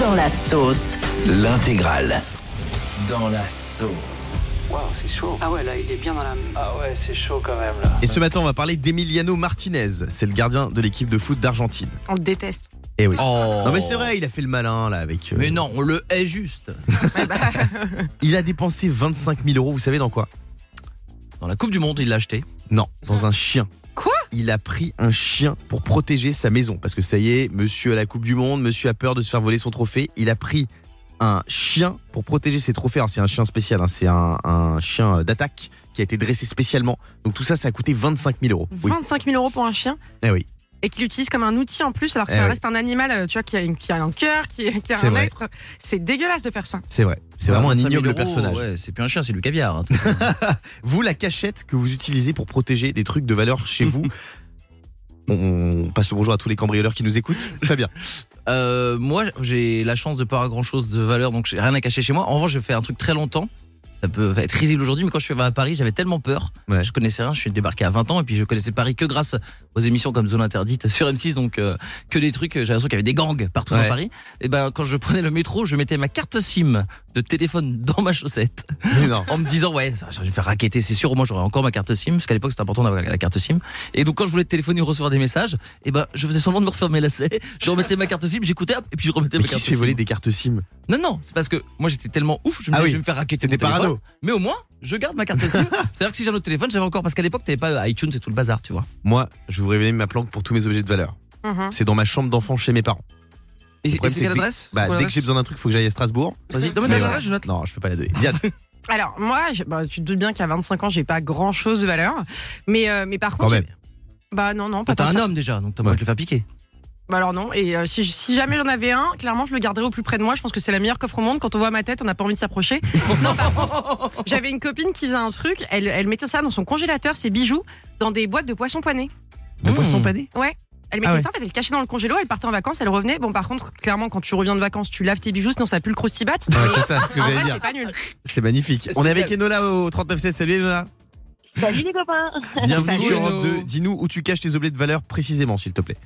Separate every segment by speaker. Speaker 1: Dans la sauce.
Speaker 2: L'intégrale. Dans la sauce.
Speaker 3: Waouh, c'est chaud.
Speaker 4: Ah ouais, là, il est bien dans la.
Speaker 3: Ah ouais, c'est chaud quand même là.
Speaker 5: Et ce matin, on va parler d'Emiliano Martinez. C'est le gardien de l'équipe de foot d'Argentine.
Speaker 4: On le déteste.
Speaker 5: Eh oui.
Speaker 2: Oh.
Speaker 5: Non mais c'est vrai, il a fait le malin là avec. euh,
Speaker 2: Mais non, on le est juste.
Speaker 5: Il a dépensé 25 000 euros. Vous savez dans quoi
Speaker 2: Dans la Coupe du Monde, il l'a acheté.
Speaker 5: Non, dans un chien.
Speaker 4: Quoi
Speaker 5: Il a pris un chien pour protéger sa maison parce que ça y est, Monsieur à la Coupe du Monde, Monsieur a peur de se faire voler son trophée. Il a pris un chien pour protéger ses trophées. Alors c'est un chien spécial, hein, c'est un, un chien euh, d'attaque qui a été dressé spécialement. Donc tout ça, ça a coûté 25 000 euros. Oui.
Speaker 4: 25 000 euros pour un chien
Speaker 5: Eh oui.
Speaker 4: et qu'il utilise comme un outil en plus, alors que
Speaker 5: Eh
Speaker 4: ça
Speaker 5: oui.
Speaker 4: reste un animal, euh, tu vois, qui a, qui a un cœur, qui, qui a
Speaker 5: C'est
Speaker 4: un
Speaker 5: vrai.
Speaker 4: être. C'est dégueulasse de faire ça.
Speaker 5: C'est vrai. C'est vraiment un
Speaker 2: 25 000
Speaker 5: ignoble
Speaker 2: euros,
Speaker 5: personnage.
Speaker 2: ouais, c'est plus un chien, c'est du caviar. hein.
Speaker 5: Vous, la cachette que vous utilisez pour protéger des trucs de valeur chez vous. On on passe le bonjour à tous les cambrioleurs qui nous écoutent. Fabien.
Speaker 2: Euh, moi, j'ai la chance de pas avoir grand chose de valeur, donc j'ai rien à cacher chez moi. En revanche, je fais un truc très longtemps. Ça peut être risible aujourd'hui, mais quand je suis à Paris, j'avais tellement peur.
Speaker 5: Ouais.
Speaker 2: Je connaissais rien, je suis débarqué à 20 ans et puis je connaissais Paris que grâce aux émissions comme Zone Interdite sur M6, donc euh, que des trucs. J'ai l'impression qu'il y avait des gangs partout
Speaker 5: Ouais.
Speaker 2: dans Paris. Et ben, quand je prenais le métro, je mettais ma carte SIM de téléphone dans ma chaussette
Speaker 5: Mais non.
Speaker 2: en me disant ouais ça, je vais me faire raqueter c'est sûr au moins j'aurai encore ma carte SIM parce qu'à l'époque c'était important d'avoir la carte SIM et donc quand je voulais téléphoner ou recevoir des messages et ben je faisais semblant de me refaire mes lacets je remettais ma carte SIM j'écoutais hop, et puis je remettais
Speaker 5: Mais
Speaker 2: ma
Speaker 5: qui
Speaker 2: carte
Speaker 5: se fait
Speaker 2: SIM
Speaker 5: voler des cartes SIM
Speaker 2: non non c'est parce que moi j'étais tellement ouf je me
Speaker 5: Ah
Speaker 2: disais
Speaker 5: oui,
Speaker 2: je vais me faire raqueter
Speaker 5: t'étais
Speaker 2: mon téléphone
Speaker 5: parano.
Speaker 2: mais au moins je garde ma carte SIM c'est à dire que si j'ai un autre téléphone j'avais encore parce qu'à l'époque t'avais pas euh, iTunes et tout le bazar tu vois
Speaker 5: Moi, je vais vous révéler ma planque pour tous mes objets de valeur.
Speaker 4: Mhm.
Speaker 5: C'est dans ma chambre d'enfant chez mes parents.
Speaker 2: et, et
Speaker 5: problème,
Speaker 2: c'est
Speaker 5: c'est
Speaker 2: quelle
Speaker 5: que-
Speaker 2: adresse C'est
Speaker 5: Bah,
Speaker 2: quoi
Speaker 5: dès que j'ai
Speaker 2: l'adresse
Speaker 5: besoin d'un truc, faut que j'aille à Strasbourg.
Speaker 2: vas-y non mais
Speaker 5: Mais
Speaker 2: donne
Speaker 5: ouais.
Speaker 2: l'adresse, je note
Speaker 5: Non, je peux pas la donner. Diane,
Speaker 4: Alors, moi, je- bah, tu te doutes bien qu'à 25 ans, j'ai pas grand chose de valeur. Mais, euh, mais par
Speaker 5: quand
Speaker 4: contre.
Speaker 5: même.
Speaker 4: j'ai- Bah non, non, pas
Speaker 2: Bah, t'as
Speaker 4: tant
Speaker 2: un
Speaker 4: que ça.
Speaker 2: homme déjà donc t'as pas envie de le faire piquer
Speaker 4: Bah alors non. Et euh, si, je- si jamais j'en avais un, clairement, je le garderais au plus près de moi. Je pense que c'est la meilleure coffre au monde. Quand on voit ma tête, on n'a pas envie de s'approcher. Non, par contre, J'avais une copine qui faisait un truc. Elle, elle mettait ça dans son congélateur, ses bijoux, dans des boîtes de poissons poinés.
Speaker 5: Mon
Speaker 2: Mmh.
Speaker 5: poisson pané
Speaker 4: Elle mettait
Speaker 5: Ah ouais.
Speaker 4: ça, en fait, elle le cachait dans le congélo, elle partait en vacances, elle revenait. Bon, par contre, clairement, quand tu reviens de vacances, tu laves tes bijoux, sinon ça pue le croustibat.
Speaker 5: Ouais, C'est ça, ce que
Speaker 4: En
Speaker 5: j'allais
Speaker 4: vrai,
Speaker 5: dire.
Speaker 4: c'est pas nul.
Speaker 5: C'est magnifique. On est avec Enola au 3916. Salut Enola.
Speaker 6: Salut les copains.
Speaker 5: Bienvenue
Speaker 4: Salut,
Speaker 5: sur Europe
Speaker 2: Eno.
Speaker 5: 2. Dis-nous où tu caches tes objets de valeur précisément, s'il te plaît.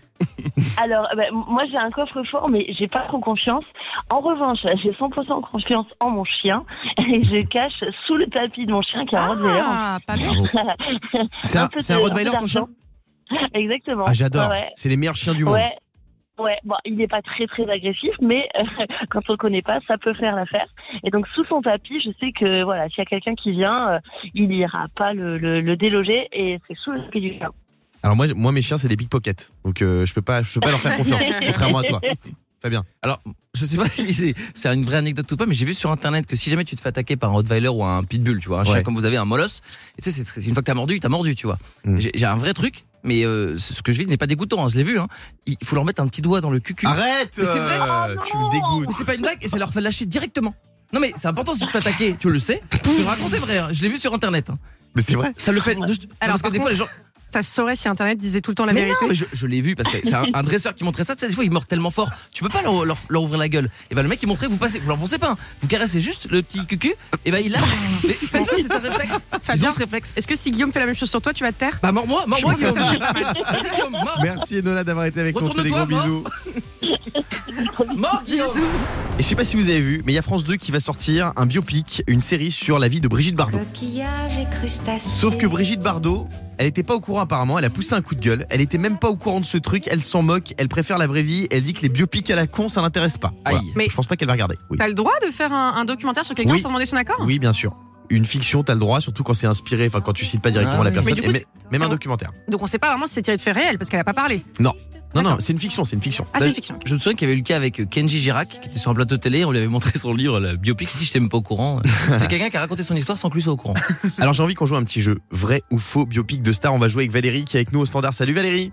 Speaker 6: Alors, euh, bah, m- moi j'ai un coffre-fort, mais j'ai pas trop confiance. En revanche, j'ai 100% confiance en mon chien et je cache sous le tapis de mon chien qui a un Rottweiler.
Speaker 4: Ah, pas bien.
Speaker 5: C'est un,
Speaker 6: peu
Speaker 5: c'est un
Speaker 6: de-
Speaker 5: Rottweiler
Speaker 6: peu
Speaker 5: ton chien
Speaker 6: d'argent. Exactement.
Speaker 5: Ah, j'adore.
Speaker 6: Ouais.
Speaker 5: C'est les meilleurs chiens du
Speaker 6: ouais.
Speaker 5: monde.
Speaker 6: Ouais. Ouais, bon, il n'est pas très très agressif, mais euh, quand on le connaît pas, ça peut faire l'affaire. Et donc sous son tapis, je sais que voilà, s'il y a quelqu'un qui vient, euh, il ira pas le, le- le déloger et c'est sous le tapis du chien.
Speaker 5: Alors moi, moi mes chiens c'est des pickpockets, donc euh, je peux pas, je peux pas leur faire confiance, contrairement à toi.
Speaker 2: Je sais pas si c'est- c'est une vraie anecdote ou pas, mais j'ai vu sur internet que si jamais tu te fais attaquer par un Rottweiler ou un Pitbull, tu vois, un chien
Speaker 5: Ouais.
Speaker 2: comme vous avez, un Molosse, et tu sais, c'est- c'est- une fois que t'as mordu, t'as mordu, tu vois.
Speaker 5: Mm.
Speaker 2: J'ai j'ai un vrai truc, mais euh, ce ce que je vis n'est pas dégoûtant, hein, je l'ai vu, hein. Il faut leur mettre un petit doigt dans le cucu.
Speaker 5: Arrête,
Speaker 2: Mais c'est
Speaker 5: euh,
Speaker 2: vrai.
Speaker 5: tu me
Speaker 2: Mais
Speaker 5: dégoûtes.
Speaker 2: c'est pas une blague, et ça leur fait lâcher directement. Non mais c'est important si tu te fais attaquer, tu le sais. Je te racontais vrai, hein, je l'ai vu sur internet. hein.
Speaker 5: Mais c'est vrai.
Speaker 2: Ça le fait. Alors parce que
Speaker 4: par
Speaker 2: des fois les gens.
Speaker 4: Ça se saurait si Internet disait tout le temps la
Speaker 2: Mais
Speaker 4: vérité.
Speaker 2: non, mais je, je l'ai vu parce que c'est un, un dresseur qui montrait ça. Tu sais, des fois, il mord tellement fort, tu peux pas leur, leur- leur ouvrir la gueule. Et ben le mec, il montrait, vous passez, vous l'enfoncez pas, hein. vous caressez juste le petit cucu. Et ben il l'a. Mais faites-le, c'est un réflexe. Ils
Speaker 4: Fabien,
Speaker 2: ont ce réflexe.
Speaker 4: est-ce que si Guillaume fait la même chose sur toi, tu vas te taire
Speaker 2: Bah mords-moi, mords-moi,
Speaker 4: Je pense que
Speaker 2: Guillaume. Vas-y Guillaume, mords,
Speaker 5: Merci Enola d'avoir été avec nous. On te fait des gros
Speaker 2: Retourne-toi,
Speaker 5: bisous.
Speaker 2: mords, Guillaume.
Speaker 5: Et je sais pas si vous avez vu, mais il y a France 2 qui va sortir un biopic, une série sur la vie de Brigitte Bardot.
Speaker 7: Coquillage et crustacés.
Speaker 5: Sauf que Brigitte Bardot, elle était pas au courant apparemment, elle a poussé un coup de gueule, elle était même pas au courant de ce truc, elle s'en moque, elle préfère la vraie vie, elle dit que les biopics à la con ça l'intéresse pas. Voilà.
Speaker 2: Aïe.
Speaker 4: Mais-
Speaker 5: Je pense pas qu'elle va regarder. Oui.
Speaker 4: T'as le droit de faire un, un documentaire sur quelqu'un
Speaker 5: Oui.
Speaker 4: sans demander son accord
Speaker 5: Oui, bien sûr. Une fiction, t'as le droit, surtout quand c'est inspiré, enfin quand tu cites pas directement
Speaker 2: Ah
Speaker 5: la
Speaker 2: oui.
Speaker 5: personne,
Speaker 4: Mais du
Speaker 5: et
Speaker 4: coup,
Speaker 5: mê-
Speaker 4: c'est-
Speaker 5: même un
Speaker 4: c'est-
Speaker 5: documentaire.
Speaker 4: Donc on sait pas vraiment si c'est tiré de fait réel parce qu'elle a pas parlé.
Speaker 5: Non, non, c'est une fiction, c'est une fiction.
Speaker 4: Ah, c'est une fiction.
Speaker 2: Je me souviens qu'il y avait eu le cas avec euh, Kenji Girac qui était sur un plateau télé, on lui avait montré son livre, le biopic, il dit j'étais même pas au courant. C'est quelqu'un qui a raconté son histoire sans que lui soit au courant.
Speaker 5: Alors j'ai envie qu'on joue à un petit jeu, vrai ou faux biopic de star. On va jouer avec Valérie qui est avec nous au standard. Salut Valérie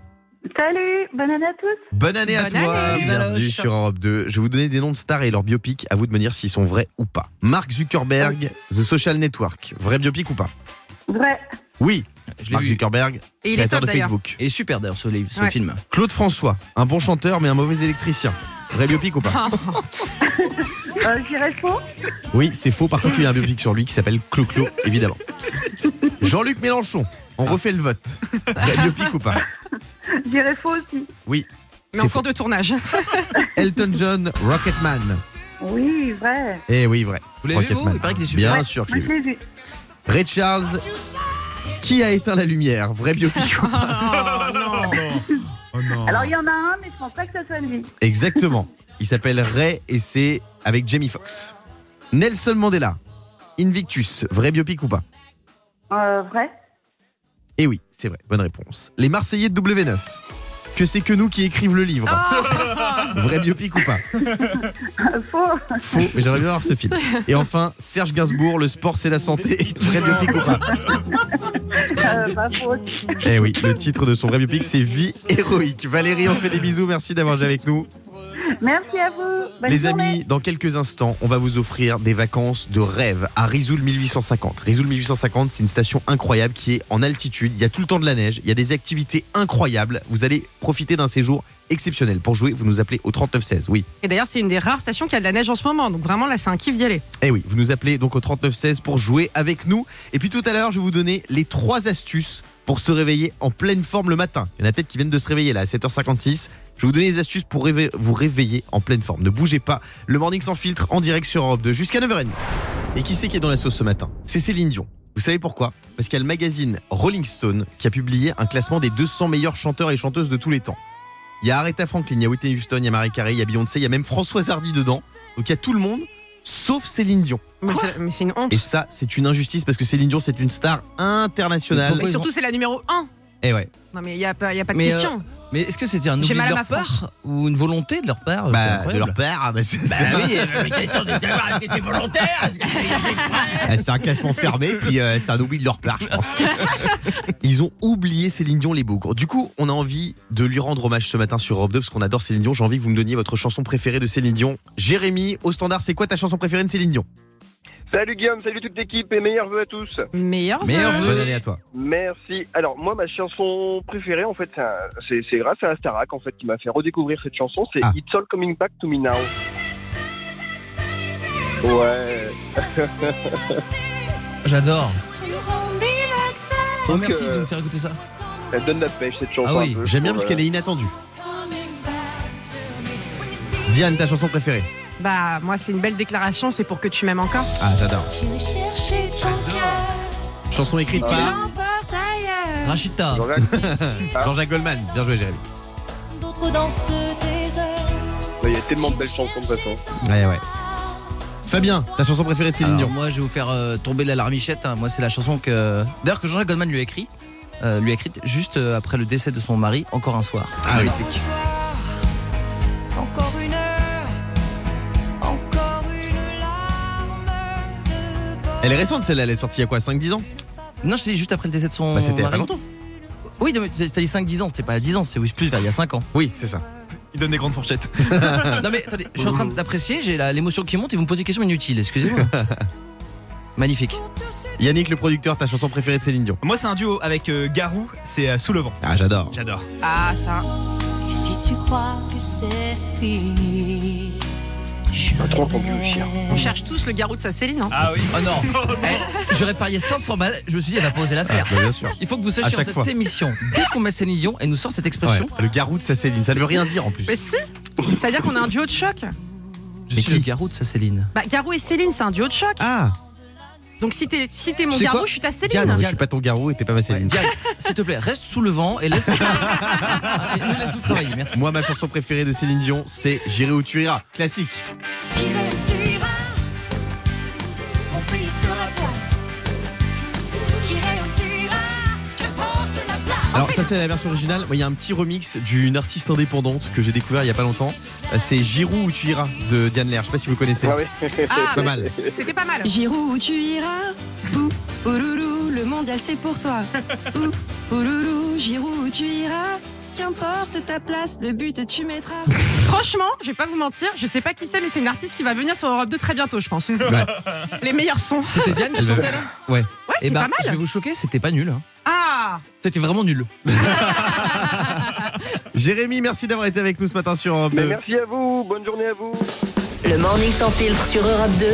Speaker 6: Salut, bonne année à tous.
Speaker 5: Bonne année à
Speaker 4: Bonne
Speaker 5: toi
Speaker 4: année.
Speaker 5: Bienvenue
Speaker 2: Valoche.
Speaker 5: sur Europe 2. Je vais vous donner des noms de stars et leurs biopics, à vous de me dire s'ils sont vrais ou pas. Mark Zuckerberg, The Social Network, vrai biopic ou pas
Speaker 6: Vrai.
Speaker 5: Oui,
Speaker 2: Je l'ai
Speaker 5: Mark
Speaker 2: vu.
Speaker 5: Zuckerberg,
Speaker 4: Et il est
Speaker 5: créateur
Speaker 4: top
Speaker 5: de
Speaker 4: d'ailleurs.
Speaker 5: Facebook.
Speaker 2: Il est super d'ailleurs ce livre, ce
Speaker 4: Ouais.
Speaker 2: film.
Speaker 5: Claude François, un bon chanteur mais un mauvais électricien. Vrai biopic ou pas
Speaker 6: Euh, J'y réponds.
Speaker 5: Oui, c'est faux. Par contre, il y a un biopic sur lui qui s'appelle Clo-Clo, évidemment. Jean-Luc
Speaker 2: Ah.
Speaker 5: Mélenchon, on refait le vote. Vrai biopic ou pas
Speaker 6: J'y réponds aussi.
Speaker 4: Mais
Speaker 5: C'est
Speaker 4: en cours de tournage.
Speaker 5: Elton John, Rocketman.
Speaker 8: Oui, vrai.
Speaker 5: Eh oui, vrai.
Speaker 2: Vous l'avez vu, vous
Speaker 5: Rocketman.
Speaker 2: Il paraît qu'il est super.
Speaker 5: Bien sûr que je
Speaker 8: Moi,
Speaker 5: l'ai
Speaker 8: je
Speaker 5: vu.
Speaker 8: l'ai vu.
Speaker 5: Ray Charles, qui a éteint la lumière Vrai biopic.
Speaker 4: Oh, non.
Speaker 9: Oh non.
Speaker 8: Alors, il y en a un, mais je pense pas que ça soit lui.
Speaker 5: Exactement. Il s'appelle Ray et c'est avec Jamie Foxx. Nelson Mandela, Invictus, vrai biopic ou pas
Speaker 8: Euh, vrai
Speaker 5: Eh oui, c'est vrai, bonne réponse. Les Marseillais de W9, que c'est que nous qui écrivent le livre. Vrai biopic ou pas
Speaker 8: Euh, Faux
Speaker 5: Faux, mais j'aimerais bien voir ce film. Et enfin, Serge Gainsbourg, Le sport c'est la santé, vrai biopic ou pas
Speaker 8: Euh, Pas faux. aussi.
Speaker 5: Eh oui, le titre de son vrai biopic c'est Vie héroïque. Valérie, on fait des bisous, merci d'avoir joué avec nous.
Speaker 8: Merci à vous. Bonne
Speaker 5: Les
Speaker 8: journée.
Speaker 5: amis, dans quelques instants, on va vous offrir des vacances de rêve à Risoul 1850. Risoul 1850, c'est une station incroyable qui est en altitude. Il y a tout le temps de la neige, il y a des activités incroyables. Vous allez profiter d'un séjour exceptionnel. Pour jouer, vous nous appelez au 3916. Oui.
Speaker 4: Et d'ailleurs, c'est une des rares stations qui a de la neige en ce moment. Donc vraiment, là, c'est un kiff d'y aller.
Speaker 5: Eh oui, vous nous appelez donc au 3916 pour jouer avec nous. Et puis tout à l'heure, je vais vous donner les trois astuces pour se réveiller en pleine forme le matin. Il y en a peut-être qui viennent de se réveiller là à 7h56. Je vais vous donner les astuces pour réve- vous réveiller en pleine forme. Ne bougez pas. Le morning sans filtre en direct sur Europe 2 jusqu'à 9h30. Et qui c'est qui est dans la sauce ce matin C'est Céline Dion. Vous savez pourquoi Parce qu'il y a le magazine Rolling Stone qui a publié un classement des 200 meilleurs chanteurs et chanteuses de tous les temps. Il y a Aretha Franklin, il y a Whitney Houston, il y a Marie Carey, il y a Beyoncé, il y a même Françoise Hardy dedans. Donc il y a tout le monde sauf Céline Dion.
Speaker 4: Mais c'est- Mais c'est une honte.
Speaker 5: Et ça, c'est une injustice parce que Céline Dion, c'est une star internationale.
Speaker 2: Mais Oh,
Speaker 4: Et surtout, c'est la numéro 1.
Speaker 5: Et ouais.
Speaker 4: Non, mais il n'y a, pas- y a pas de
Speaker 2: Mais, euh,
Speaker 4: question.
Speaker 2: Mais est-ce que c'était un oubli
Speaker 4: J'ai
Speaker 2: de
Speaker 4: mal à
Speaker 2: leur
Speaker 4: ma frange.
Speaker 2: part ou une volonté de leur part C'est
Speaker 5: Bah, de
Speaker 2: incroyable.
Speaker 5: leur père, ah, bah, c'est c'est-
Speaker 2: oui, euh, mais question de savoir est-ce que c'est volontaire est-ce que c'est-
Speaker 5: Ah, c'est un classement fermé, puis euh, c'est un oubli de leur part, je pense. Ils ont oublié Céline Dion, les bougres. Du coup, on a envie de lui rendre hommage ce matin sur Europe 2 parce qu'on adore Céline Dion. J'ai envie que vous me donniez votre chanson préférée de Céline Dion. Jérémy, au standard, c'est quoi ta chanson préférée de Céline Dion
Speaker 10: Salut Guillaume, salut toute l'équipe et meilleurs vœux à tous.
Speaker 4: Meilleur.
Speaker 2: Meilleur
Speaker 4: vœu.
Speaker 2: vœu.
Speaker 5: Bonne année à toi.
Speaker 10: Merci. Alors moi ma chanson préférée en fait c'est un- c'est c'est grâce à Starak en fait qui m'a fait redécouvrir cette chanson, c'est
Speaker 5: Ah.
Speaker 10: It's All Coming Back to Me Now. Ouais.
Speaker 2: J'adore. Oh,
Speaker 10: Donc,
Speaker 2: merci
Speaker 10: euh,
Speaker 2: de me faire écouter ça.
Speaker 10: Elle donne la pêche cette chanson.
Speaker 2: Ah oui,
Speaker 10: un peu, je
Speaker 5: J'aime bien
Speaker 10: trouve,
Speaker 5: parce qu'elle est inattendue. Diane, ta chanson préférée
Speaker 4: Bah, moi, c'est une belle déclaration. C'est pour que tu m'aimes encore.
Speaker 5: Ah, j'adore.
Speaker 7: J'irai chercher ton cœur.
Speaker 5: Chanson écrite
Speaker 7: Tu
Speaker 5: par
Speaker 7: l'emportes ailleurs.
Speaker 2: Rachita.
Speaker 10: euh, Jean-Jacques, Ah.
Speaker 5: Jean-Jacques Goldman. Bien joué, Jérémy.
Speaker 7: D'autres dans ce désert.
Speaker 10: Il y a tellement de belles chansons de toute façon.
Speaker 5: Ouais, ouais. Fabien, ta chanson préférée de Céline
Speaker 2: Alors,
Speaker 5: Dion
Speaker 2: moi, je vais vous faire euh, tomber la larmichette. hein. Moi, c'est la chanson que. D'ailleurs, que Jean-Jacques Goldman lui a écrit. euh, lui a écrite juste euh, après le décès de son mari, encore un soir.
Speaker 5: Ah oui.
Speaker 7: Encore une heure, encore une larme de bonheur.
Speaker 5: Elle est récente celle-là, elle est sortie il y a quoi 5-10 ans
Speaker 2: Non, je t'ai dit juste après le décès de
Speaker 9: Euh,
Speaker 2: son
Speaker 5: Bah, c'était il y a
Speaker 2: mari.
Speaker 5: pas longtemps.
Speaker 2: Oui, non, mais t'as t'as dit 5-10 ans, c'était pas 10 ans, c'était oui, plus vers il y a 5 ans.
Speaker 5: Oui, c'est ça.
Speaker 9: Il donne des grandes fourchettes.
Speaker 2: non, mais attendez, je suis en train d'apprécier, j'ai la- l'émotion qui monte et vous me posez des questions inutiles, excusez-moi. Magnifique.
Speaker 5: Yannick, le producteur, ta chanson préférée de Céline Dion
Speaker 9: Moi, c'est un duo avec euh, Garou, c'est euh, Sous le vent.
Speaker 5: Ah, j'adore.
Speaker 9: J'adore.
Speaker 4: Ah, ça.
Speaker 7: Et si tu crois que c'est fini, je
Speaker 10: Pas trop entendu le chien.
Speaker 4: On cherche tous le garou de sa Céline. hein.
Speaker 9: Ah oui.
Speaker 2: Oh non, Eh, j'aurais parié 500 balles, je me suis dit, elle va poser l'affaire.
Speaker 5: Ah, bien sûr.
Speaker 2: Il faut que vous
Speaker 5: À
Speaker 2: sachiez dans
Speaker 5: chaque
Speaker 2: cette
Speaker 5: fois.
Speaker 2: émission, dès qu'on met Céline Dion, elle nous sort cette expression.
Speaker 5: le garou de sa Céline, ça ne veut rien dire en plus.
Speaker 4: Mais si Ça veut dire qu'on a un duo de choc.
Speaker 2: Je
Speaker 5: Mais
Speaker 2: suis
Speaker 5: qui
Speaker 2: le garou de sa Céline.
Speaker 4: Bah, Garou et Céline, c'est un duo de choc.
Speaker 5: Ah,
Speaker 4: Donc, si t'es si t'es mon
Speaker 2: C'est
Speaker 4: Garou,
Speaker 2: quoi
Speaker 4: je suis ta
Speaker 5: non,
Speaker 4: Céline.
Speaker 5: mais je
Speaker 2: Diane.
Speaker 5: suis pas ton garou et t'es pas ma Céline.
Speaker 2: Diane, s'il te plaît, reste sous le vent et laisse nous laisse nous travailler. Merci.
Speaker 5: Moi, ma chanson préférée de Céline Dion, c'est J'irai où tu iras. Classique.
Speaker 7: J'irai où tu iras, mon pays sera toi. J'irai où tu iras, je porte la place.
Speaker 5: Alors, ça, c'est la version originale. Moi, Il y a un petit remix d'une artiste indépendante que j'ai découvert il y a pas longtemps. Euh, C'est J'irai où tu iras de Diane Lair. Je sais pas si vous connaissez.
Speaker 10: Ah oui.
Speaker 4: Ah,
Speaker 5: Pas mal.
Speaker 4: c'était pas mal.
Speaker 11: Girou, tu iras. Pou, ouloulou, le mondial c'est pour toi. Ou, ouloulou, Girou, tu iras. Qu'importe ta place, le but tu mettras.
Speaker 4: Franchement, je vais pas vous mentir, je sais pas qui c'est, mais c'est une artiste qui va venir sur Europe 2 très bientôt, je pense. Les meilleurs sons.
Speaker 2: C'était Diane qui
Speaker 5: Elle
Speaker 2: chantait
Speaker 5: va-
Speaker 2: là
Speaker 5: Ouais.
Speaker 4: Ouais,
Speaker 2: Eh
Speaker 4: c'est
Speaker 2: ben,
Speaker 4: pas
Speaker 2: je
Speaker 4: mal.
Speaker 2: vais vous choquer, c'était pas nul. hein.
Speaker 4: Ah
Speaker 2: C'était vraiment nul.
Speaker 5: Jérémy, merci d'avoir été avec nous ce matin sur euh, Europe
Speaker 10: Mais
Speaker 5: 2.
Speaker 10: merci à vous, bonne journée à vous.
Speaker 1: Le morning sans filtre sur Europe 2.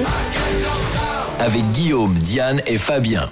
Speaker 12: Avec Guillaume, Diane et Fabien.